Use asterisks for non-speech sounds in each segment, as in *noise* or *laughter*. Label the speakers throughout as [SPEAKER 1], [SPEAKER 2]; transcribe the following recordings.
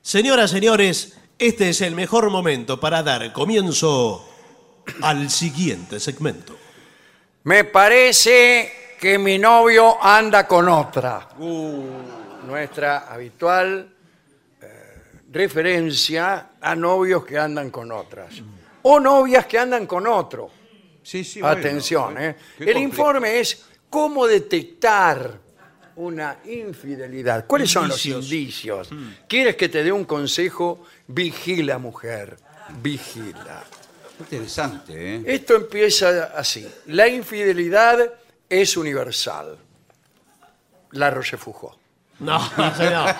[SPEAKER 1] Señoras, señores, este es el mejor momento para dar comienzo al siguiente segmento.
[SPEAKER 2] Me parece que mi novio anda con otra.
[SPEAKER 3] Uh.
[SPEAKER 2] Nuestra habitual eh, referencia a novios que andan con otras. O novias que andan con otro.
[SPEAKER 3] Mm. Sí, sí, bueno.
[SPEAKER 2] Atención, ¿eh?
[SPEAKER 3] Qué
[SPEAKER 2] El
[SPEAKER 3] compli-
[SPEAKER 2] informe es cómo detectar una infidelidad. ¿Cuáles son los indicios?
[SPEAKER 3] Mm.
[SPEAKER 2] ¿Quieres que te dé un consejo? Vigila, mujer. Vigila.
[SPEAKER 3] Interesante, ¿eh?
[SPEAKER 2] Esto empieza así. La infidelidad es universal. La Rochefoucauld.
[SPEAKER 1] No,
[SPEAKER 3] *laughs*
[SPEAKER 1] señor.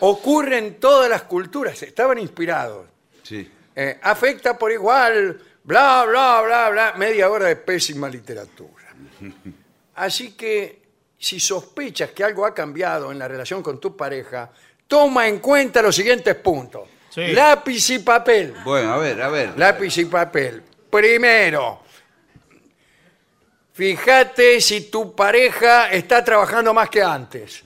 [SPEAKER 2] Ocurre en todas las culturas. Estaban inspirados.
[SPEAKER 3] Sí.
[SPEAKER 2] Eh, afecta por igual, bla, bla, bla, bla, media hora de pésima literatura. Así que si sospechas que algo ha cambiado en la relación con tu pareja, toma en cuenta los siguientes puntos.
[SPEAKER 1] Sí.
[SPEAKER 2] Lápiz y papel.
[SPEAKER 3] Bueno, a ver, a ver.
[SPEAKER 2] Lápiz y papel. Primero, fíjate si tu pareja está trabajando más que antes.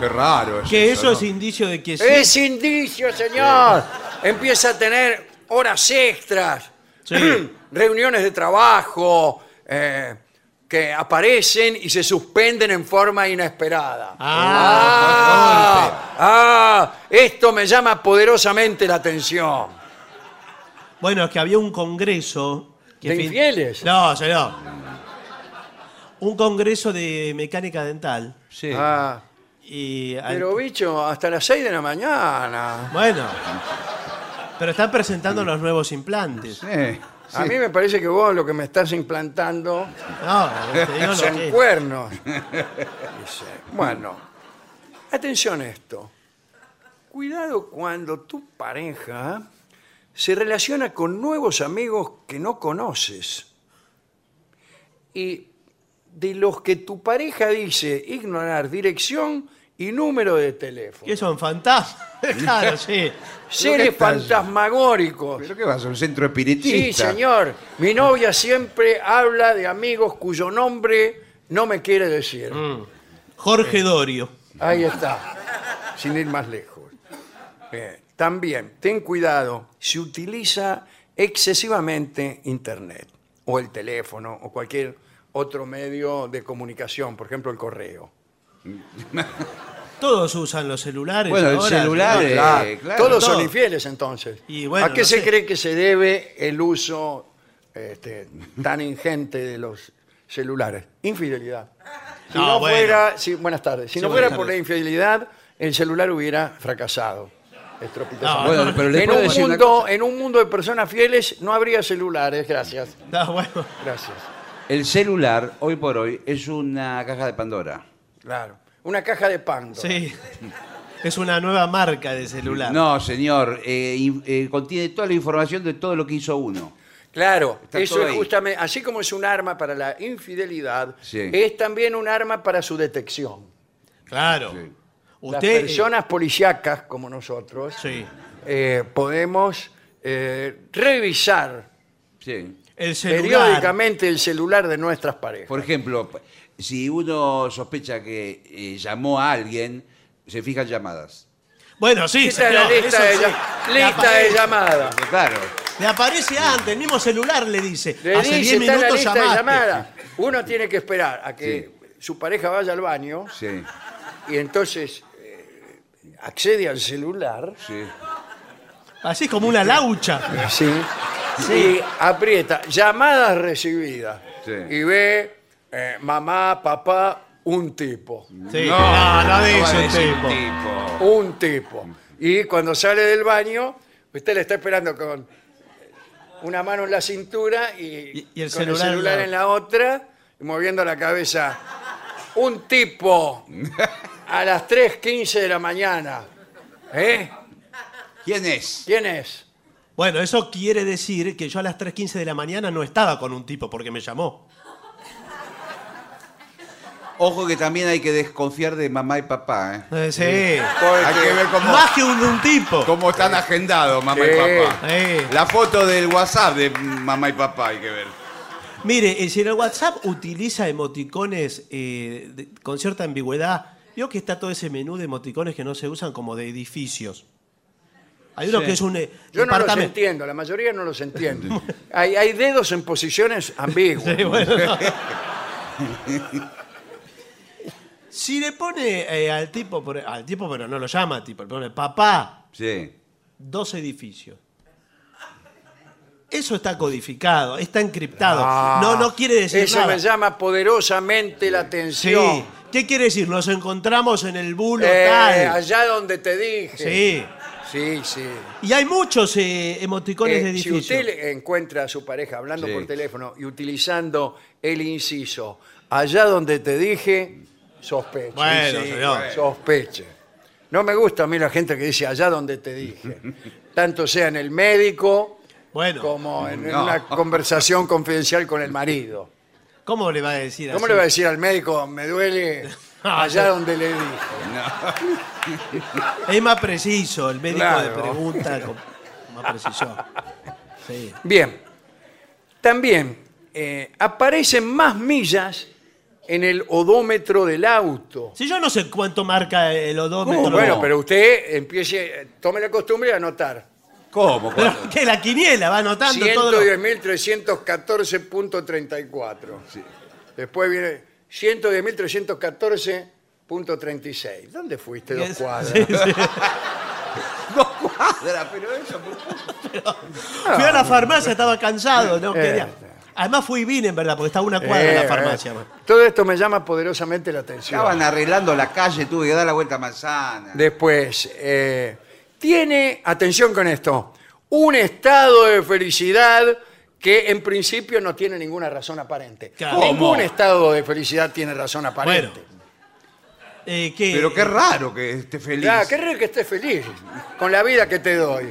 [SPEAKER 3] Qué raro es
[SPEAKER 1] Que eso
[SPEAKER 3] ¿no?
[SPEAKER 1] es indicio de que sí.
[SPEAKER 2] Es indicio, señor. Empieza a tener horas extras,
[SPEAKER 1] Sí.
[SPEAKER 2] *clears throat* reuniones de trabajo eh, que aparecen y se suspenden en forma inesperada.
[SPEAKER 1] Ah,
[SPEAKER 2] ah, ah, esto me llama poderosamente la atención.
[SPEAKER 1] Bueno, es que había un congreso. Que
[SPEAKER 2] ¿De
[SPEAKER 1] fin-
[SPEAKER 2] infieles?
[SPEAKER 1] No, señor. Un congreso de mecánica dental.
[SPEAKER 3] Sí.
[SPEAKER 2] Ah,
[SPEAKER 1] Y al-
[SPEAKER 2] pero bicho, hasta las 6 de la mañana.
[SPEAKER 1] Bueno. Pero están presentando los nuevos implantes.
[SPEAKER 3] Sí, sí.
[SPEAKER 2] A mí me parece que vos lo que me estás implantando
[SPEAKER 1] No, te digo lo
[SPEAKER 2] son
[SPEAKER 1] que- *laughs*
[SPEAKER 2] cuernos. Dice, Bueno, atención a esto. Cuidado cuando tu pareja se relaciona con nuevos amigos que no conoces y de los que tu pareja dice ignorar dirección y número de teléfono.
[SPEAKER 1] que son fantasmas. *laughs* claro, sí.
[SPEAKER 3] ¿Pero qué
[SPEAKER 2] Seres
[SPEAKER 3] tal?
[SPEAKER 2] fantasmagóricos.
[SPEAKER 3] ¿Pero qué vas a un centro
[SPEAKER 2] Sí,
[SPEAKER 3] espiritista?
[SPEAKER 2] señor. Mi novia siempre habla de amigos cuyo nombre no me quiere decir.
[SPEAKER 1] Jorge Dorio.
[SPEAKER 2] Ahí está. Sin ir más lejos. Bien. También, ten cuidado si utiliza excesivamente Internet o el teléfono o cualquier otro medio de comunicación, por ejemplo el correo.
[SPEAKER 1] Todos usan los celulares.
[SPEAKER 3] Bueno, el
[SPEAKER 1] ahora,
[SPEAKER 3] celular,
[SPEAKER 1] señor.
[SPEAKER 3] eh,
[SPEAKER 2] Ah,
[SPEAKER 3] claro.
[SPEAKER 2] Todos son
[SPEAKER 1] Todo.
[SPEAKER 2] infieles entonces.
[SPEAKER 1] Y bueno,
[SPEAKER 2] ¿A qué
[SPEAKER 1] no
[SPEAKER 2] se
[SPEAKER 1] sé.
[SPEAKER 2] cree que se debe el uso este, tan ingente de los celulares? Infidelidad. Si
[SPEAKER 1] No,
[SPEAKER 2] no
[SPEAKER 1] Ah, bueno.
[SPEAKER 2] fuera, si- buenas tardes. Si
[SPEAKER 1] Sí,
[SPEAKER 2] no fuera
[SPEAKER 1] buenas
[SPEAKER 2] por la
[SPEAKER 1] tardes.
[SPEAKER 2] infidelidad, el celular hubiera fracasado. estrepitosamente.
[SPEAKER 3] Bueno, pero le
[SPEAKER 2] en,
[SPEAKER 3] puedo
[SPEAKER 2] un
[SPEAKER 3] decir una
[SPEAKER 2] mundo, en un mundo de personas fieles no habría celulares. Gracias.
[SPEAKER 1] No, bueno.
[SPEAKER 2] Gracias.
[SPEAKER 3] El celular, hoy por hoy, es una caja de Pandora.
[SPEAKER 2] Claro. Una caja de pan.
[SPEAKER 1] Sí. Es una nueva marca de celular.
[SPEAKER 3] No, señor. eh, in- eh, contiene toda la información de todo lo que hizo uno.
[SPEAKER 2] Claro,
[SPEAKER 3] Está
[SPEAKER 2] eso
[SPEAKER 3] todo
[SPEAKER 2] es
[SPEAKER 3] ahí.
[SPEAKER 2] justamente, así como es un arma para la infidelidad,
[SPEAKER 3] Sí.
[SPEAKER 2] es también un arma para su detección.
[SPEAKER 1] Claro.
[SPEAKER 3] Sí.
[SPEAKER 1] Usted. eh,
[SPEAKER 2] Las personas policíacas como nosotros
[SPEAKER 1] Sí.
[SPEAKER 2] eh, podemos eh, revisar
[SPEAKER 3] Sí.
[SPEAKER 1] El celular.
[SPEAKER 2] periódicamente el celular de nuestras parejas.
[SPEAKER 3] Por ejemplo, si uno sospecha que eh, llamó a alguien, se fijan llamadas.
[SPEAKER 1] Bueno, sí,
[SPEAKER 2] Esta es la
[SPEAKER 1] señor,
[SPEAKER 2] lista,
[SPEAKER 1] eso
[SPEAKER 2] de,
[SPEAKER 1] sí.
[SPEAKER 2] llam-
[SPEAKER 1] Le
[SPEAKER 2] lista
[SPEAKER 1] apare-
[SPEAKER 2] de llamadas.
[SPEAKER 3] Claro.
[SPEAKER 1] Le aparece antes, el mismo celular le dice.
[SPEAKER 2] Le
[SPEAKER 1] Hace
[SPEAKER 2] dice,
[SPEAKER 1] 10
[SPEAKER 2] está en la
[SPEAKER 1] minutos
[SPEAKER 2] lista de
[SPEAKER 1] llamaste.
[SPEAKER 2] llamadas. Uno tiene que esperar a que su pareja vaya al baño
[SPEAKER 3] Sí,
[SPEAKER 2] y entonces eh, accede al celular.
[SPEAKER 3] sí.
[SPEAKER 1] Así como una laucha.
[SPEAKER 2] Sí. Y aprieta. Llamadas recibidas.
[SPEAKER 3] Sí.
[SPEAKER 2] Y ve eh, mamá, papá, un tipo.
[SPEAKER 1] Sí. No, no,
[SPEAKER 3] no va a
[SPEAKER 1] dice el
[SPEAKER 3] decir
[SPEAKER 1] Ah, tipo.
[SPEAKER 3] tipo.
[SPEAKER 2] Un tipo. Y cuando sale del baño, usted le está esperando con una mano en la cintura y,
[SPEAKER 1] Y- y el
[SPEAKER 2] con
[SPEAKER 1] celular
[SPEAKER 2] el
[SPEAKER 1] en
[SPEAKER 2] celular
[SPEAKER 1] la-
[SPEAKER 2] en la otra, y moviendo la cabeza. Un tipo a las 3.15 de la mañana. ¿Eh?
[SPEAKER 3] ¿Quién es?
[SPEAKER 2] ¿Quién es?
[SPEAKER 1] Bueno, eso quiere decir que yo a las 3.15 de la mañana no estaba con un tipo porque me llamó.
[SPEAKER 3] Ojo que también hay que desconfiar de mamá y papá. ¿eh?
[SPEAKER 1] Eh, Sí.
[SPEAKER 3] Hay que ver cómo,
[SPEAKER 1] Más que un, un tipo.
[SPEAKER 3] cómo están agendados mamá
[SPEAKER 2] Sí.
[SPEAKER 3] y papá.
[SPEAKER 1] Eh.
[SPEAKER 3] La foto del WhatsApp de mamá y papá hay que ver.
[SPEAKER 1] Mire, eh, si en el WhatsApp utiliza emoticones eh, de- con cierta ambigüedad, Vio que está todo ese menú de emoticones que no se usan como de edificios. Hay uno
[SPEAKER 3] Sí.
[SPEAKER 1] que es un eh,
[SPEAKER 2] Yo no los
[SPEAKER 1] departamento.
[SPEAKER 2] entiendo, la mayoría no los entiendo. Hay, hay dedos en posiciones ambiguas.
[SPEAKER 1] Sí, *laughs* bueno,
[SPEAKER 2] *laughs*
[SPEAKER 1] no. si le pone eh, al tipo, por- al tipo, pero no lo llama tipo, le pone papá,
[SPEAKER 3] Sí.
[SPEAKER 1] dos edificios. Eso está codificado, está encriptado. no, no quiere decir
[SPEAKER 2] Ah. Eso
[SPEAKER 1] nada.
[SPEAKER 2] me llama poderosamente la
[SPEAKER 1] Sí.
[SPEAKER 2] atención.
[SPEAKER 1] ¿Qué quiere decir? Nos encontramos en el bulo
[SPEAKER 2] Eh,
[SPEAKER 1] tal.
[SPEAKER 2] allá donde te dije.
[SPEAKER 1] Sí.
[SPEAKER 2] Sí, sí.
[SPEAKER 1] Y hay muchos eh, emoticones
[SPEAKER 2] Eh,
[SPEAKER 1] de
[SPEAKER 2] si
[SPEAKER 1] edificio.
[SPEAKER 2] usted le- encuentra a su pareja hablando
[SPEAKER 3] Sí.
[SPEAKER 2] por teléfono y utilizando el inciso, allá donde te dije, sospeche.
[SPEAKER 1] Bueno, señor.
[SPEAKER 2] Sospeche. No me gusta a mí la gente que dice allá donde te
[SPEAKER 3] *laughs*
[SPEAKER 2] dije. Tanto sea en el médico
[SPEAKER 1] Bueno, ¿cómo?
[SPEAKER 2] como en en
[SPEAKER 3] No.
[SPEAKER 2] una conversación confidencial con el
[SPEAKER 3] *laughs*
[SPEAKER 2] marido.
[SPEAKER 1] le va a decir
[SPEAKER 2] ¿Cómo
[SPEAKER 1] así?
[SPEAKER 2] le va a decir al médico, me
[SPEAKER 3] *laughs*
[SPEAKER 2] duele allá donde le dije?
[SPEAKER 1] Es más preciso, el médico le
[SPEAKER 2] Claro. *laughs*
[SPEAKER 1] pregunta con- más preciso. Sí.
[SPEAKER 2] Bien. También eh, aparecen más millas en el odómetro del auto.
[SPEAKER 1] Si yo no sé cuánto marca el odómetro.
[SPEAKER 3] ¿Cómo?
[SPEAKER 2] Bueno, pero usted empiece, eh, tome la costumbre de anotar.
[SPEAKER 3] ¿Cómo?
[SPEAKER 1] Pero
[SPEAKER 3] *laughs* ¿Cuánto?
[SPEAKER 1] que la quiniela va anotando todo lo-
[SPEAKER 2] 110.314.34. Después viene 110.314.36. ¿Dónde fuiste dos
[SPEAKER 1] Es-
[SPEAKER 2] cuadras?
[SPEAKER 1] *laughs* Sí, sí.
[SPEAKER 3] Dos cuadras, pero eso.
[SPEAKER 1] Fui a la farmacia, estaba cansado, no
[SPEAKER 2] Eh,
[SPEAKER 1] quería. Además fui y vine, en verdad, porque estaba a una cuadra de
[SPEAKER 2] Eh,
[SPEAKER 1] la farmacia. pues.
[SPEAKER 2] eh, Todo esto me llama poderosamente la atención.
[SPEAKER 3] Estaban arreglando la calle, tuve que dar la vuelta a manzana.
[SPEAKER 2] Después, eh, tiene, atención con esto, un estado de felicidad que en principio no tiene ninguna razón aparente.
[SPEAKER 1] Claro.
[SPEAKER 2] Ningún estado de felicidad tiene razón aparente.
[SPEAKER 1] Bueno, Eh, que-
[SPEAKER 3] Pero qué raro que esté feliz.
[SPEAKER 2] Claro, Ah, qué raro que estés feliz con la vida que te doy.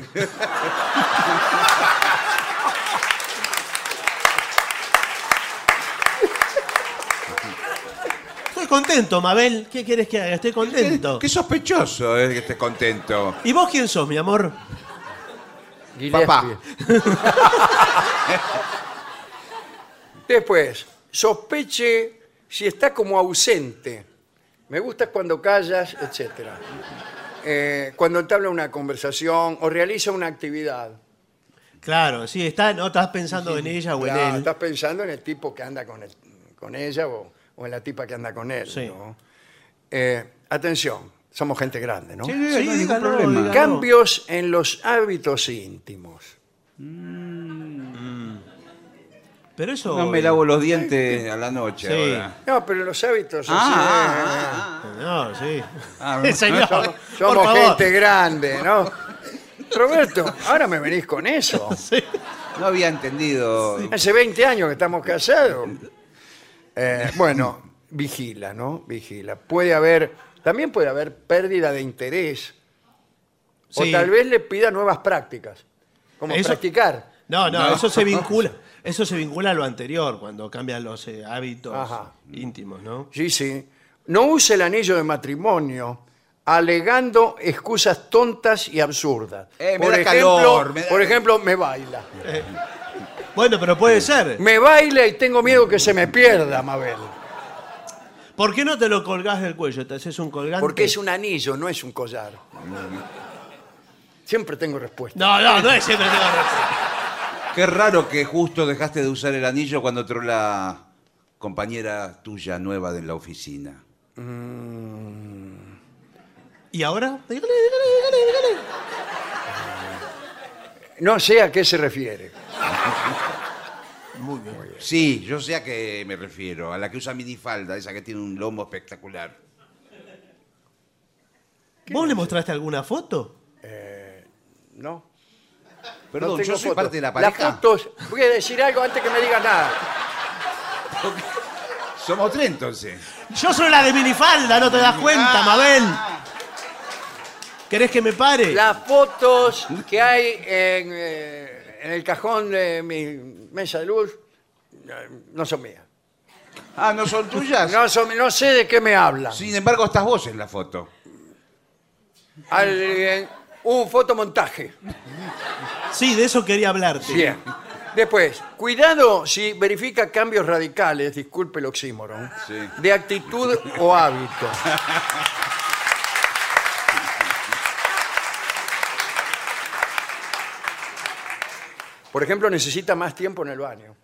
[SPEAKER 1] Estoy contento, Mabel. ¿Qué quieres que haga? Estoy contento.
[SPEAKER 3] Qué sospechoso es que estés contento.
[SPEAKER 1] ¿Y vos quién sos, mi amor?
[SPEAKER 3] Papá.
[SPEAKER 2] *laughs* Después, sospeche si está como ausente. Me gusta cuando callas, etc. cuando entabla una conversación o realiza una actividad.
[SPEAKER 1] Claro, sí, está, no estás pensando en ella o en
[SPEAKER 2] Claro,
[SPEAKER 1] él.
[SPEAKER 2] Estás pensando en el tipo que anda con, el- con ella o, o en la tipa que anda con él.
[SPEAKER 1] Sí.
[SPEAKER 2] ¿no? Eh, atención, somos gente grande, ¿no?
[SPEAKER 3] no hay ningún
[SPEAKER 1] dígalo,
[SPEAKER 3] problema.
[SPEAKER 1] dígalo.
[SPEAKER 2] Cambios en los hábitos íntimos.
[SPEAKER 1] Pero eso.
[SPEAKER 3] No me lavo los dientes a la noche
[SPEAKER 1] Sí.
[SPEAKER 3] ahora.
[SPEAKER 2] No, pero los hábitos.
[SPEAKER 3] Ah,
[SPEAKER 2] así, eh,
[SPEAKER 3] ah, ah,
[SPEAKER 1] No, sí. *laughs*
[SPEAKER 3] Ah, no.
[SPEAKER 1] Señor,
[SPEAKER 2] somos-
[SPEAKER 1] por
[SPEAKER 2] somos
[SPEAKER 1] favor.
[SPEAKER 2] gente grande, ¿no? Roberto, ahora me venís con eso.
[SPEAKER 1] Sí.
[SPEAKER 3] ah. No había entendido.
[SPEAKER 2] Hace 20 años que estamos casados. Eh, bueno, vigila, ¿no? Vigila. Puede haber, también puede haber pérdida de interés. O
[SPEAKER 1] Sí.
[SPEAKER 2] tal vez le pida nuevas prácticas. Como
[SPEAKER 1] Eso-
[SPEAKER 2] practicar.
[SPEAKER 1] No, no, eso se vincula. Eso se vincula a lo anterior, cuando cambian los eh, hábitos
[SPEAKER 2] Ajá.
[SPEAKER 1] íntimos, ¿no?
[SPEAKER 2] Sí, sí. No use el anillo de matrimonio alegando excusas tontas y absurdas.
[SPEAKER 3] Eh, me da calor, me da-
[SPEAKER 2] por ejemplo, me baila.
[SPEAKER 1] Bueno, pero puede ser.
[SPEAKER 2] Me baila y tengo miedo que se me pierda, Mabel.
[SPEAKER 1] ¿Por qué no te lo colgás del cuello? ¿Te haces un colgante?
[SPEAKER 2] Porque es un anillo, no es un collar. Siempre tengo respuesta.
[SPEAKER 1] No, no, no es siempre tengo razón.
[SPEAKER 3] Qué raro que justo dejaste de usar el anillo cuando entró la compañera tuya nueva de la oficina.
[SPEAKER 1] ¿Y ahora? Dígale, dígale, dígale, dígale.
[SPEAKER 2] No sé a qué se refiere.
[SPEAKER 1] Muy bien.
[SPEAKER 3] Sí, yo sé a qué me refiero, a la que usa minifalda, esa que tiene un lomo espectacular.
[SPEAKER 1] ¿Vos le mostraste alguna foto?
[SPEAKER 2] ¿No?
[SPEAKER 3] Perdón,
[SPEAKER 2] No
[SPEAKER 3] yo
[SPEAKER 2] tengo
[SPEAKER 3] soy
[SPEAKER 2] fotos.
[SPEAKER 3] parte de la pareja.
[SPEAKER 2] Las fotos, voy a decir algo antes que me digas nada.
[SPEAKER 3] Somos tres entonces.
[SPEAKER 1] Yo soy la de minifalda, no te
[SPEAKER 2] Ah.
[SPEAKER 1] das cuenta, Mabel. ¿Querés que me pare?
[SPEAKER 2] Las fotos que hay en, eh, en el cajón de mi mesa de luz eh, no son mías.
[SPEAKER 3] Ah, ¿no son
[SPEAKER 2] *laughs*
[SPEAKER 3] tuyas?
[SPEAKER 2] No, son- no sé de qué me hablan.
[SPEAKER 3] Sin embargo, estás vos en la foto.
[SPEAKER 2] Alguien- un fotomontaje.
[SPEAKER 1] Sí, de eso quería hablarte.
[SPEAKER 2] Bien. Después, cuidado si verifica cambios radicales, disculpe el oxímoron,
[SPEAKER 3] Sí.
[SPEAKER 2] de actitud o hábito. Por ejemplo, necesita más tiempo en el baño.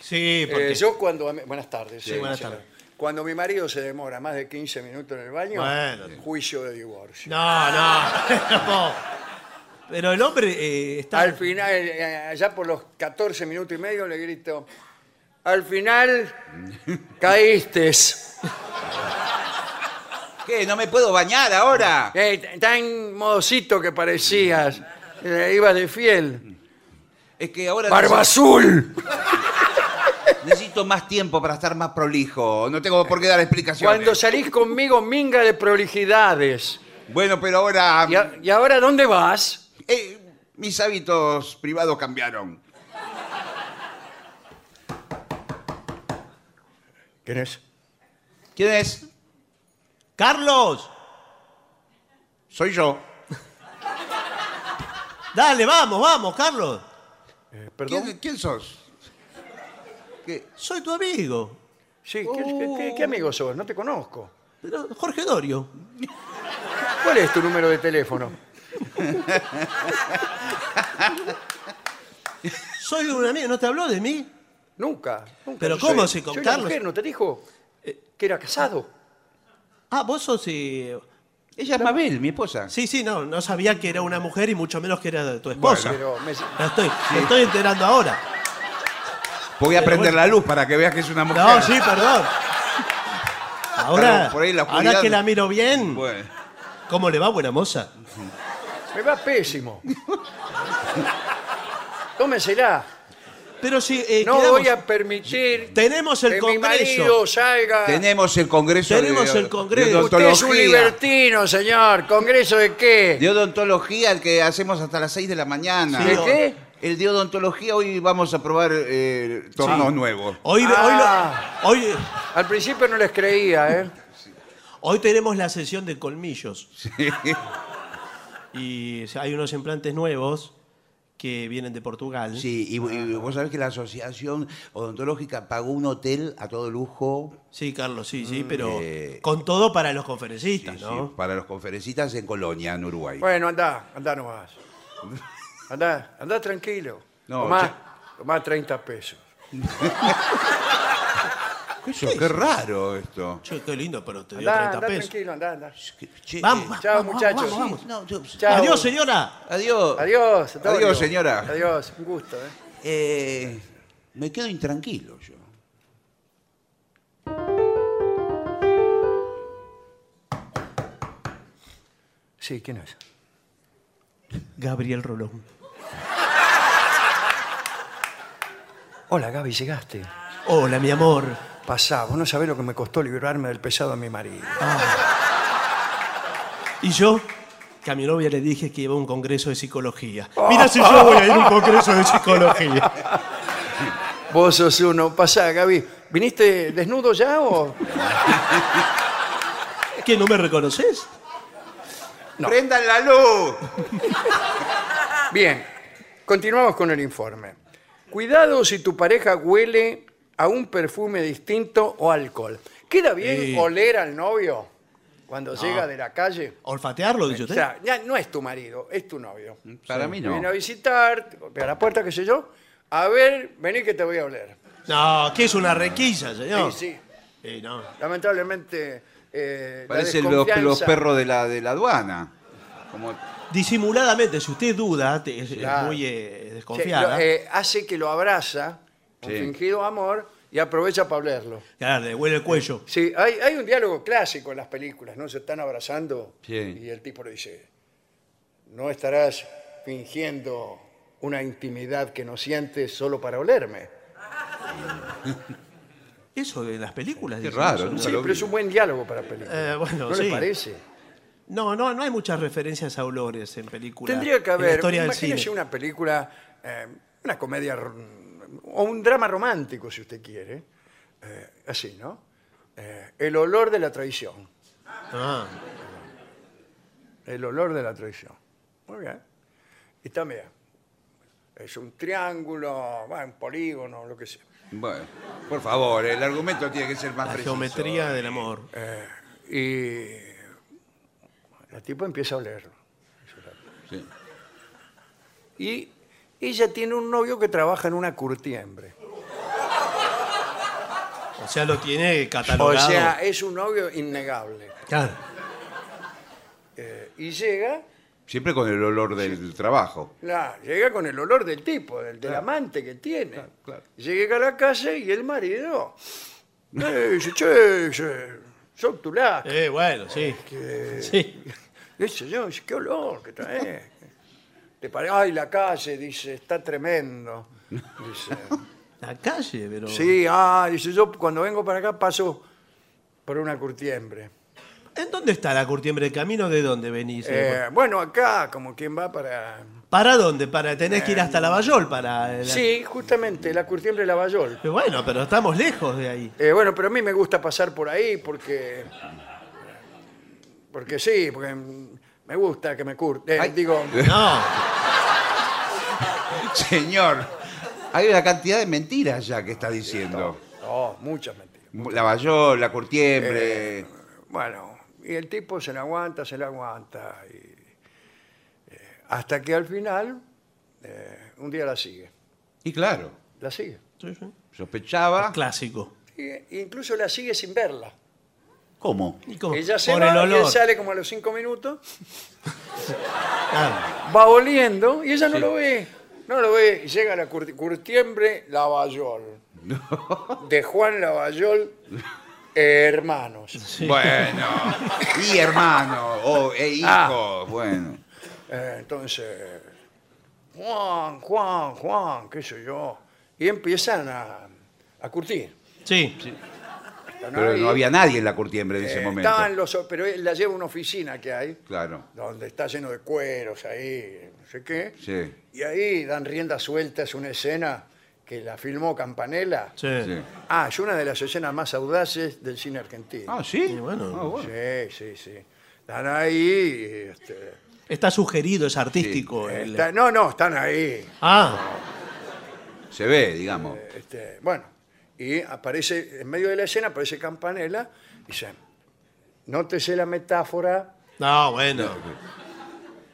[SPEAKER 1] Sí, porque.
[SPEAKER 2] Eh, yo cuando... a mi- Buenas tardes.
[SPEAKER 1] Sí, buenas tardes.
[SPEAKER 2] Cuando mi marido se demora más de 15 minutos en el baño,
[SPEAKER 1] Bueno.
[SPEAKER 2] juicio de divorcio.
[SPEAKER 1] No, *laughs* no, no. Pero el hombre eh, está.
[SPEAKER 2] Al final, eh, allá por los 14 minutos y medio, le grito: Al
[SPEAKER 1] *laughs*
[SPEAKER 2] final caíste.
[SPEAKER 3] ¿Qué? ¿No me puedo bañar ahora?
[SPEAKER 2] Eh, t- tan modosito que parecías. Eh, ibas de fiel.
[SPEAKER 3] Es que ahora
[SPEAKER 2] ¡Barba
[SPEAKER 3] necesito,
[SPEAKER 2] azul!
[SPEAKER 3] necesito más tiempo para estar más prolijo. No tengo por qué dar explicaciones.
[SPEAKER 2] Cuando salís conmigo, minga de prolijidades.
[SPEAKER 3] Bueno, pero ahora
[SPEAKER 2] ¿Y, a- y ahora dónde vas?
[SPEAKER 3] eh, mis hábitos privados cambiaron.
[SPEAKER 2] ¿Quién es?
[SPEAKER 3] ¿Quién es?
[SPEAKER 1] ¡Carlos!
[SPEAKER 3] Soy yo.
[SPEAKER 1] Dale, vamos, vamos, Carlos. Eh,
[SPEAKER 2] ¿Perdón?
[SPEAKER 3] ¿Quién, quién sos? ¿Qué?
[SPEAKER 1] Soy tu amigo.
[SPEAKER 2] Sí, ¿qué, qué- qué-
[SPEAKER 1] Oh.
[SPEAKER 2] qué amigo sos? No te conozco.
[SPEAKER 1] Pero Jorge Dorio.
[SPEAKER 2] ¿Cuál es tu número de teléfono?
[SPEAKER 1] Soy un amigo, ¿no te habló de mí?
[SPEAKER 2] Nunca. nunca.
[SPEAKER 1] Pero
[SPEAKER 2] Yo
[SPEAKER 1] ¿cómo
[SPEAKER 2] soy-
[SPEAKER 1] se con
[SPEAKER 2] soy una
[SPEAKER 1] Carlos?
[SPEAKER 2] mujer, ¿No te dijo eh, que era casado?
[SPEAKER 1] Ah, vos sos. eh,
[SPEAKER 3] Ella es Mabel, mi esposa.
[SPEAKER 1] Sí, sí, no, no sabía que era una mujer y mucho menos que era tu esposa.
[SPEAKER 2] Pero me-
[SPEAKER 1] La estoy, me estoy enterando ahora.
[SPEAKER 3] Voy a prender la luz para que veas que es una mujer.
[SPEAKER 1] No, sí, perdón. Ahora,
[SPEAKER 3] Por ahí la
[SPEAKER 1] ahora que
[SPEAKER 3] oscuridad-
[SPEAKER 1] la miro bien,
[SPEAKER 3] Bueno.
[SPEAKER 1] ¿cómo le va, buena moza?
[SPEAKER 2] Me va pésimo. Tómensela.
[SPEAKER 1] Pero si eh,
[SPEAKER 2] No
[SPEAKER 1] quedamos-
[SPEAKER 2] voy a permitir
[SPEAKER 1] tenemos el
[SPEAKER 2] que mi
[SPEAKER 1] congreso.
[SPEAKER 2] marido salga.
[SPEAKER 3] Tenemos el congreso
[SPEAKER 1] Tenemos
[SPEAKER 3] de,
[SPEAKER 1] el congreso.
[SPEAKER 3] de
[SPEAKER 2] Usted es un
[SPEAKER 3] odontología.
[SPEAKER 2] libertino, señor. ¿Congreso de qué?
[SPEAKER 3] De odontología, el que hacemos hasta las 6 de la mañana.
[SPEAKER 1] Sí. ¿De
[SPEAKER 2] qué?
[SPEAKER 3] El de odontología, hoy vamos a probar eh, tornos nuevos.
[SPEAKER 1] Hoy,
[SPEAKER 2] Ah.
[SPEAKER 1] hoy, lo- hoy,
[SPEAKER 2] Al principio no les creía, ¿eh?
[SPEAKER 1] hoy tenemos la sesión de colmillos. Y hay unos implantes nuevos que vienen de Portugal.
[SPEAKER 3] Sí, y, y vos sabés que la asociación odontológica pagó un hotel a todo lujo
[SPEAKER 1] Sí, Carlos, sí,
[SPEAKER 2] Mm,
[SPEAKER 1] sí, pero
[SPEAKER 3] eh.
[SPEAKER 1] con todo para los conferencistas,
[SPEAKER 3] sí,
[SPEAKER 1] ¿no?
[SPEAKER 3] para los conferencistas en Colonia, en Uruguay.
[SPEAKER 2] Bueno, andá, andá nomás. Andá, andá tranquilo.
[SPEAKER 3] No,
[SPEAKER 2] tomá, tomá 30 pesos.
[SPEAKER 3] ¿Qué, es eso? Qué raro esto.
[SPEAKER 1] Che, qué lindo, pero te dio
[SPEAKER 2] Andá,
[SPEAKER 1] 30
[SPEAKER 2] andá
[SPEAKER 1] pesos.
[SPEAKER 2] tranquilo, andá, andá.
[SPEAKER 3] Che,
[SPEAKER 1] Vamos,
[SPEAKER 3] eh,
[SPEAKER 1] vamos,
[SPEAKER 2] Chao,
[SPEAKER 1] vamos,
[SPEAKER 2] muchachos.
[SPEAKER 1] vamos, vamos.
[SPEAKER 3] no, yo-
[SPEAKER 2] Chao.
[SPEAKER 1] Adiós, señora.
[SPEAKER 3] adiós.
[SPEAKER 2] Adiós. Antonio.
[SPEAKER 3] Adiós, señora.
[SPEAKER 2] Adiós, un gusto, ¿eh?
[SPEAKER 3] Eh, me quedo intranquilo yo.
[SPEAKER 2] Sí, ¿quién es?
[SPEAKER 1] Gabriel Rolón.
[SPEAKER 2] Hola, Gaby, llegaste.
[SPEAKER 1] Hola, mi amor.
[SPEAKER 2] Pasá, vos no sabés lo que me costó librarme del pesado de mi marido.
[SPEAKER 1] Y yo, que a mi novia le dije que iba a un congreso de psicología. Mira si yo voy a ir a un congreso de psicología.
[SPEAKER 2] Vos sos uno. Pasá, Gaby. ¿Viniste desnudo ya o...?
[SPEAKER 1] ¿Que no me reconoces?
[SPEAKER 3] ¡Prendan la luz!
[SPEAKER 2] Bien, continuamos con el informe. Cuidado si tu pareja huele a un perfume distinto o alcohol. ¿Queda bien
[SPEAKER 1] Sí.
[SPEAKER 2] oler al novio cuando llega de la calle?
[SPEAKER 1] Olfatearlo, dice
[SPEAKER 2] O
[SPEAKER 1] usted.
[SPEAKER 2] sea, ya no es tu marido, es tu novio.
[SPEAKER 3] Para mí no.
[SPEAKER 2] Viene a visitar, te golpea la puerta, qué sé yo. A ver, vení que te voy a oler.
[SPEAKER 1] No, que es una requisa, señor.
[SPEAKER 2] Sí, sí.
[SPEAKER 1] Eh, no.
[SPEAKER 2] Lamentablemente. eh, la
[SPEAKER 3] Parecen los,
[SPEAKER 2] desconfianza-
[SPEAKER 3] los perros de la, de la aduana. Como-
[SPEAKER 1] Disimuladamente, si usted duda, te- es, es
[SPEAKER 2] Claro.
[SPEAKER 1] muy eh,
[SPEAKER 2] Sí,
[SPEAKER 1] desconfiada.
[SPEAKER 2] lo- eh, hace que lo abraza, con
[SPEAKER 3] Sí.
[SPEAKER 2] fingido amor, y aprovecha para olerlo.
[SPEAKER 1] Claro, le huele el cuello.
[SPEAKER 2] Sí, hay, hay un diálogo clásico en las películas, ¿no? Se están abrazando
[SPEAKER 3] Sí.
[SPEAKER 2] y el tipo le dice, no estarás fingiendo una intimidad que no sientes solo para olerme.
[SPEAKER 1] Eso de las películas.
[SPEAKER 3] Qué
[SPEAKER 1] dicen
[SPEAKER 3] raro,
[SPEAKER 1] eso, ¿no?
[SPEAKER 3] nunca
[SPEAKER 2] Sí,
[SPEAKER 3] lo
[SPEAKER 2] pero
[SPEAKER 3] vi.
[SPEAKER 2] es un buen diálogo para películas.
[SPEAKER 1] Eh, bueno,
[SPEAKER 2] ¿No
[SPEAKER 1] sí.
[SPEAKER 2] le parece?
[SPEAKER 1] No, no, no hay muchas referencias a olores en películas.
[SPEAKER 2] Tendría que
[SPEAKER 1] en la
[SPEAKER 2] haber,
[SPEAKER 1] historia del
[SPEAKER 2] imagínese
[SPEAKER 1] cine.
[SPEAKER 2] una película, eh, una comedia rom- o un drama romántico, si usted quiere, eh, así, ¿no? Eh, el olor de la traición.
[SPEAKER 1] Ah,
[SPEAKER 2] El olor de la traición. Muy bien. Y también, es un triángulo, va, un polígono, lo que sea.
[SPEAKER 3] Bueno, por favor, el argumento tiene que ser más
[SPEAKER 1] La
[SPEAKER 3] preciso.
[SPEAKER 1] geometría del amor.
[SPEAKER 2] Eh. Y la tipa empieza a olerlo.
[SPEAKER 3] Sí.
[SPEAKER 2] Y ella tiene un novio que trabaja en una curtiembre.
[SPEAKER 1] O sea, lo tiene
[SPEAKER 2] O
[SPEAKER 1] catalogado.
[SPEAKER 2] sea, es un novio innegable.
[SPEAKER 1] Claro.
[SPEAKER 2] Eh, y llega,
[SPEAKER 3] Siempre con el olor del trabajo.
[SPEAKER 2] la, llega con el olor del tipo, del, del amante que tiene.
[SPEAKER 3] claro.
[SPEAKER 2] Llega a la casa y el marido eh, dice, che, son tu laca".
[SPEAKER 1] Eh, bueno, sí.
[SPEAKER 3] Eh.
[SPEAKER 1] Sí.
[SPEAKER 2] Dice, yo, dice, qué olor que trae. Te pare- Ay, la calle, dice, está tremendo.
[SPEAKER 3] *laughs*
[SPEAKER 2] Dice,
[SPEAKER 1] La calle, pero.
[SPEAKER 2] sí, ah, dice, yo cuando vengo para acá paso por una curtiembre.
[SPEAKER 1] ¿En dónde está la curtiembre del camino? ¿De dónde venís?
[SPEAKER 2] Eh, bueno, acá, como quien va para...
[SPEAKER 1] ¿Para dónde? Para, tenés que ir hasta Lavallol para. eh, la-
[SPEAKER 2] Eh. Sí, justamente, la curtiembre de Lavallol.
[SPEAKER 1] Pero Bueno, pero estamos lejos de ahí.
[SPEAKER 2] Eh, bueno, pero a mí me gusta pasar por ahí porque... Porque sí, porque mm, me gusta que me curte. Eh,
[SPEAKER 3] Ay.
[SPEAKER 2] digo,
[SPEAKER 1] No.
[SPEAKER 3] Señor, hay una cantidad de mentiras ya que está diciendo.
[SPEAKER 2] no, muchas mentiras.
[SPEAKER 3] La Bayol, la Curtiembre.
[SPEAKER 1] Eh.
[SPEAKER 2] Bueno, y el tipo se la aguanta, se la aguanta. y, eh, hasta que al final, eh, un día la sigue.
[SPEAKER 3] Y claro,
[SPEAKER 2] La sigue.
[SPEAKER 1] Sí, sí.
[SPEAKER 3] sospechaba.
[SPEAKER 1] Ah. Clásico.
[SPEAKER 2] Y- incluso la sigue sin verla.
[SPEAKER 3] ¿Cómo?
[SPEAKER 1] ¿Y cómo?
[SPEAKER 2] Ella se
[SPEAKER 1] Oh, Por
[SPEAKER 2] va,
[SPEAKER 1] el
[SPEAKER 2] y él
[SPEAKER 1] olor.
[SPEAKER 2] sale como a los cinco minutos,
[SPEAKER 1] Claro.
[SPEAKER 2] va oliendo y ella no lo ve. No lo ve. Y Llega la curti- curtiembre Lavallol. De Juan Lavallol, eh, hermanos.
[SPEAKER 1] Sí.
[SPEAKER 3] Bueno, y hermano, o e hijo,
[SPEAKER 2] Ah.
[SPEAKER 3] bueno.
[SPEAKER 2] Eh, entonces, Juan, Juan, Juan, qué sé yo. Y empiezan a, a curtir.
[SPEAKER 1] Sí.
[SPEAKER 2] Están
[SPEAKER 3] Pero
[SPEAKER 2] ahí,
[SPEAKER 3] no había nadie en la Curtiembre en
[SPEAKER 2] eh,
[SPEAKER 3] ese momento.
[SPEAKER 2] estaban los, pero él la lleva a una oficina que hay,
[SPEAKER 3] Claro,
[SPEAKER 2] donde está lleno de cueros ahí, no sé qué.
[SPEAKER 3] sí,
[SPEAKER 2] Y ahí dan rienda suelta, es una escena que la filmó Campanella.
[SPEAKER 1] Sí.
[SPEAKER 3] sí.
[SPEAKER 2] Ah, es una de las escenas más audaces del cine argentino.
[SPEAKER 3] Ah, sí.
[SPEAKER 1] Y bueno.
[SPEAKER 3] Ah, bueno.
[SPEAKER 2] sí, sí, sí. Están ahí. este,
[SPEAKER 1] Está sugerido, es artístico. el-
[SPEAKER 2] está- no, no, están ahí.
[SPEAKER 1] Ah,
[SPEAKER 3] Se ve, digamos.
[SPEAKER 2] Este, bueno, y aparece, en medio de la escena aparece Campanella y dice, nótese la metáfora
[SPEAKER 1] no, bueno.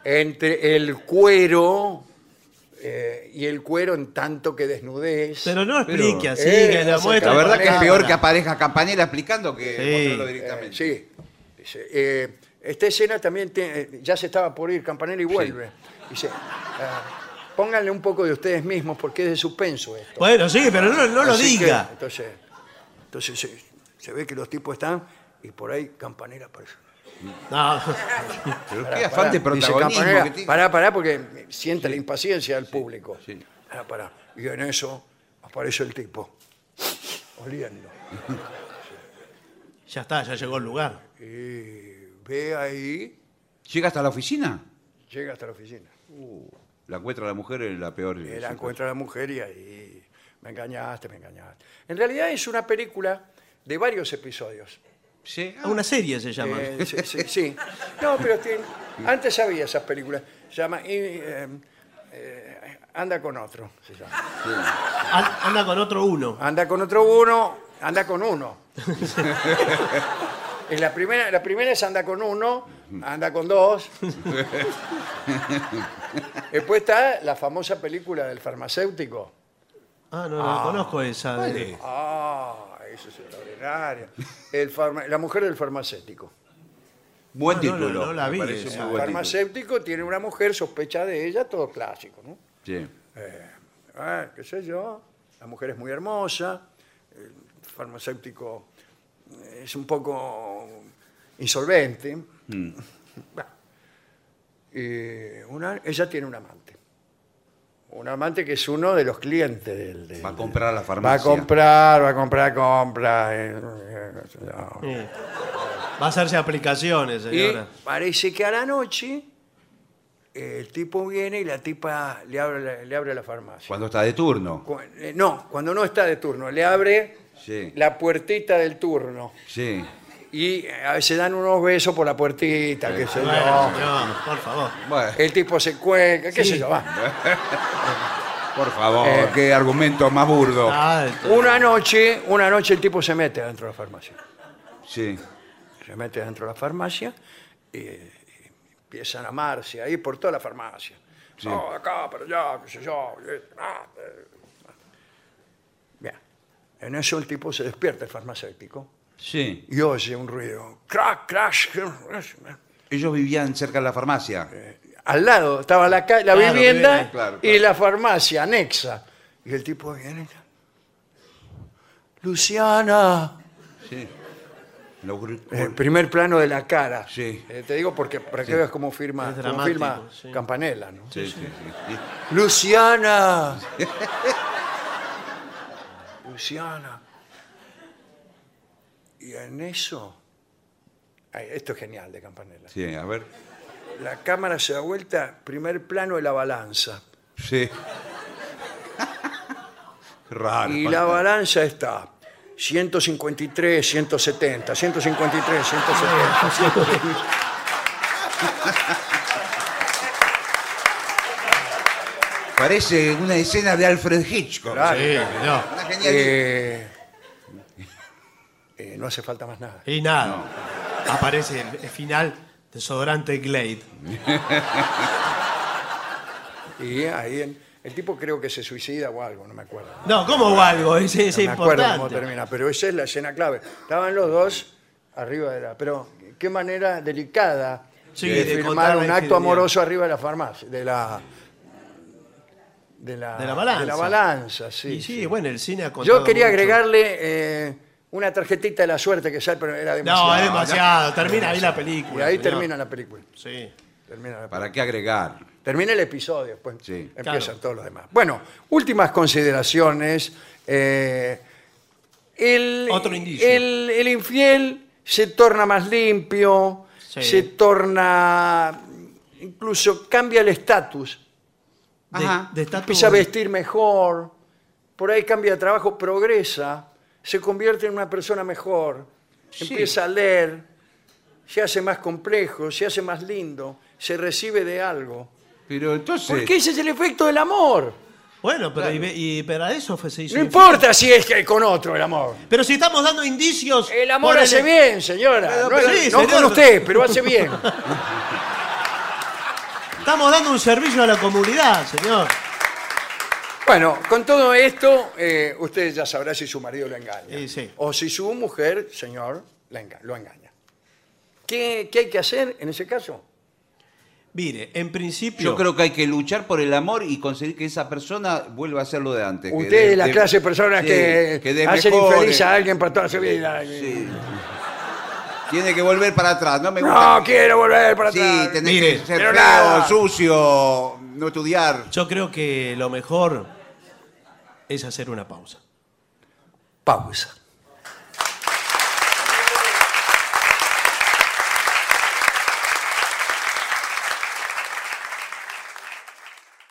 [SPEAKER 2] entre el cuero eh, y el cuero en tanto que desnudez.
[SPEAKER 1] Pero no explique así,
[SPEAKER 2] Eh,
[SPEAKER 1] que la
[SPEAKER 2] hace
[SPEAKER 1] muestra.
[SPEAKER 3] La verdad que es
[SPEAKER 2] Campanella.
[SPEAKER 3] peor que aparezca Campanella explicando que
[SPEAKER 1] Sí.
[SPEAKER 3] mostrarlo
[SPEAKER 2] Eh,
[SPEAKER 3] directamente.
[SPEAKER 2] sí, dice, eh, esta escena también tiene- eh, ya se estaba por ir Campanella y vuelve. Dice, ah, pónganle un poco de ustedes mismos porque es de suspenso esto.
[SPEAKER 1] Bueno, sí, pero no, no lo
[SPEAKER 2] Así que,
[SPEAKER 1] diga.
[SPEAKER 2] entonces, entonces se, se ve que los tipos están y por ahí Campanella aparece.
[SPEAKER 1] No. *laughs*
[SPEAKER 3] Pero qué
[SPEAKER 2] Pará,
[SPEAKER 3] afán de
[SPEAKER 2] pará, dice
[SPEAKER 3] protagonismo
[SPEAKER 2] Campanella,
[SPEAKER 3] que tiene.
[SPEAKER 2] Pará, pará, porque siente la impaciencia del público.
[SPEAKER 3] sí.
[SPEAKER 2] Pará, pará. Y en eso aparece el tipo, oliendo.
[SPEAKER 1] Ya está, ya llegó el lugar.
[SPEAKER 2] Y ve ahí,
[SPEAKER 3] ¿Llega hasta la oficina?
[SPEAKER 2] llega hasta la oficina.
[SPEAKER 3] La encuentra la mujer en la peor.
[SPEAKER 2] Y la encuentra la mujer y ahí, me engañaste, me engañaste. En realidad es una película de varios episodios.
[SPEAKER 3] Sí.
[SPEAKER 1] Ah, Una serie se llama.
[SPEAKER 2] Eh, sí, sí, sí. No, pero tiene- antes había esas películas. Se llama y, eh, eh, Anda con otro. se llama.
[SPEAKER 1] An- Anda con otro uno.
[SPEAKER 2] Anda con otro uno, anda con uno. Es la, primera, la primera es anda con uno, anda con dos. Después está la famosa película del farmacéutico.
[SPEAKER 1] Ah, no, no conozco esa. de-
[SPEAKER 2] Ah, eso es extraordinario. El farma- la mujer del farmacéutico.
[SPEAKER 3] Buen
[SPEAKER 1] No, no,
[SPEAKER 3] título.
[SPEAKER 1] no, no la
[SPEAKER 3] me
[SPEAKER 1] vi esa.
[SPEAKER 3] parece muy
[SPEAKER 2] El
[SPEAKER 3] buen título.
[SPEAKER 2] farmacéutico tiene una mujer, sospecha de ella, todo clásico, ¿no?
[SPEAKER 3] Sí.
[SPEAKER 2] Ah, qué sé yo, la mujer es muy hermosa, el farmacéutico es un poco insolvente.
[SPEAKER 3] Mm.
[SPEAKER 2] *laughs* Bueno, y una- ella tiene un amante. Un amante que es uno de los clientes del... del-
[SPEAKER 3] Va a comprar a la
[SPEAKER 2] va a
[SPEAKER 3] farmacia.
[SPEAKER 2] comprar, va a comprar, compra. eh, eh, qué sé yo.
[SPEAKER 1] Eh. Va a hacerse aplicaciones,
[SPEAKER 2] eh, Y
[SPEAKER 1] señora.
[SPEAKER 2] parece que a la noche eh, el tipo viene y la tipa le abre, la- le abre la farmacia.
[SPEAKER 3] Cuando está de turno.
[SPEAKER 2] Cu- eh, No, cuando no está de turno, le abre
[SPEAKER 3] Sí.
[SPEAKER 2] la puertita del turno.
[SPEAKER 3] Sí.
[SPEAKER 2] Y eh, a veces dan unos besos por la puertita, qué sé
[SPEAKER 1] Bueno,
[SPEAKER 2] yo. Eh,
[SPEAKER 1] señor, por favor.
[SPEAKER 3] Bueno,
[SPEAKER 2] El tipo se cuelga, qué
[SPEAKER 1] Sí.
[SPEAKER 2] sé yo, va.
[SPEAKER 3] Por favor,
[SPEAKER 2] Eh.
[SPEAKER 3] qué argumento más burdo.
[SPEAKER 1] Ah, esto-
[SPEAKER 2] Una noche, una noche el tipo se mete dentro de la farmacia.
[SPEAKER 3] Sí.
[SPEAKER 2] Se mete dentro de la farmacia y, y empiezan a amarse ahí por toda la farmacia.
[SPEAKER 3] Sí.
[SPEAKER 2] Oh, acá, para allá, qué sé yo. y- ah, eh. Bien. En eso el tipo se despierta, el farmacéutico,
[SPEAKER 3] Sí.
[SPEAKER 2] y oye un ruido. Crack, crash.
[SPEAKER 3] Ellos vivían cerca de la farmacia.
[SPEAKER 2] Al lado estaba la, ca- la
[SPEAKER 1] Claro,
[SPEAKER 2] vivienda
[SPEAKER 1] bien,
[SPEAKER 3] claro,
[SPEAKER 2] y la farmacia anexa. Y el tipo viene. Luciana.
[SPEAKER 3] Sí. Lo gru-
[SPEAKER 2] El primer plano de la cara.
[SPEAKER 3] Sí.
[SPEAKER 2] Eh, te digo porque para que veas cómo firma,
[SPEAKER 1] Es
[SPEAKER 2] cómo
[SPEAKER 1] dramático,
[SPEAKER 2] firma
[SPEAKER 1] sí.
[SPEAKER 2] Campanella, ¿no?
[SPEAKER 3] Sí, sí, sí. *laughs*
[SPEAKER 2] Luciana. Luciana. Y en eso. Ay, esto es genial de Campanella.
[SPEAKER 3] Sí, a ver.
[SPEAKER 2] La cámara se da vuelta, primer plano de la balanza.
[SPEAKER 3] Sí. *laughs* Raro.
[SPEAKER 2] Y la balanza está 153, 170, 153, 170. 170.
[SPEAKER 3] Parece una escena de Alfred Hitchcock.
[SPEAKER 2] Claro.
[SPEAKER 1] Sí, no.
[SPEAKER 3] Una genial-
[SPEAKER 2] Eh, eh, no hace falta más nada.
[SPEAKER 1] Y nada. Aparece el, el final desodorante Glade.
[SPEAKER 2] Y ahí en- el tipo creo que se suicida o algo, no me acuerdo. No
[SPEAKER 1] No, ¿cómo o algo? Es, es
[SPEAKER 2] me acuerdo cómo
[SPEAKER 1] importante.
[SPEAKER 2] termina, pero esa es la escena clave. Estaban los dos arriba de la... Pero qué manera delicada
[SPEAKER 1] Sí,
[SPEAKER 2] de,
[SPEAKER 1] de contar
[SPEAKER 2] firmar
[SPEAKER 1] la
[SPEAKER 2] un acto
[SPEAKER 1] infidelidad.
[SPEAKER 2] amoroso arriba de la farmacia, de la... De la,
[SPEAKER 1] De la balanza.
[SPEAKER 2] de la balanza, sí.
[SPEAKER 1] Y sí,
[SPEAKER 2] sí.
[SPEAKER 1] bueno, el cine ha contado
[SPEAKER 2] Yo quería
[SPEAKER 1] mucho.
[SPEAKER 2] agregarle eh, una tarjetita de la suerte que sale, pero era demasiado.
[SPEAKER 1] No, es demasiado. Termina ahí la película.
[SPEAKER 2] Y ahí
[SPEAKER 1] señor.
[SPEAKER 2] termina la película.
[SPEAKER 1] Sí.
[SPEAKER 2] Termina la
[SPEAKER 3] ¿Para qué agregar?
[SPEAKER 2] Termina el episodio, después
[SPEAKER 3] Sí.
[SPEAKER 2] empiezan
[SPEAKER 1] Claro.
[SPEAKER 2] todos los demás. Bueno, últimas consideraciones. Eh, el,
[SPEAKER 1] Otro indicio.
[SPEAKER 2] El, el infiel se torna más limpio,
[SPEAKER 1] Sí.
[SPEAKER 2] se torna. incluso cambia el estatus,
[SPEAKER 1] De-
[SPEAKER 3] Ajá.
[SPEAKER 1] de estatus-
[SPEAKER 2] empieza a vestir mejor, por ahí cambia de trabajo, progresa, se convierte en una persona mejor,
[SPEAKER 3] Sí.
[SPEAKER 2] empieza a leer, se hace más complejo, se hace más lindo, se recibe de algo.
[SPEAKER 3] Pero entonces.
[SPEAKER 2] Porque ese es el efecto del amor.
[SPEAKER 1] Bueno, pero, y, ve- y- pero a eso fue, se hizo.
[SPEAKER 2] No
[SPEAKER 1] infiel.
[SPEAKER 2] importa si es que con otro el amor.
[SPEAKER 1] Pero si estamos dando indicios.
[SPEAKER 2] El amor
[SPEAKER 1] por el-
[SPEAKER 2] hace bien, señora.
[SPEAKER 1] Pero-
[SPEAKER 2] no
[SPEAKER 1] pero
[SPEAKER 2] es-
[SPEAKER 1] sí,
[SPEAKER 2] no
[SPEAKER 1] señor.
[SPEAKER 2] con usted, pero hace bien.
[SPEAKER 1] Estamos dando un servicio a la comunidad, señor.
[SPEAKER 2] *laughs* bueno, con todo esto, eh, usted ya sabrá si su marido lo engaña.
[SPEAKER 1] Sí, sí.
[SPEAKER 2] O si su mujer, señor, la enga- lo engaña. ¿Qué, qué hay que hacer en ese caso?
[SPEAKER 1] Mire, en principio.
[SPEAKER 3] Yo creo que hay que luchar por el amor y conseguir que esa persona vuelva a ser lo de antes. que
[SPEAKER 2] Usted
[SPEAKER 3] de-
[SPEAKER 2] es la
[SPEAKER 3] de-
[SPEAKER 2] clase de personas
[SPEAKER 3] sí,
[SPEAKER 2] que,
[SPEAKER 3] de
[SPEAKER 2] hacen
[SPEAKER 3] mejores.
[SPEAKER 2] infeliz a alguien para toda su vida.
[SPEAKER 3] Sí. Tiene que volver para atrás. No me gusta.
[SPEAKER 2] No quiero volver para
[SPEAKER 3] sí,
[SPEAKER 2] atrás.
[SPEAKER 3] tenés
[SPEAKER 1] Mire,
[SPEAKER 3] que ser
[SPEAKER 2] pero
[SPEAKER 3] feo,
[SPEAKER 2] nada.
[SPEAKER 3] sucio, no estudiar.
[SPEAKER 1] Yo creo que lo mejor es hacer una pausa.
[SPEAKER 2] Pausa.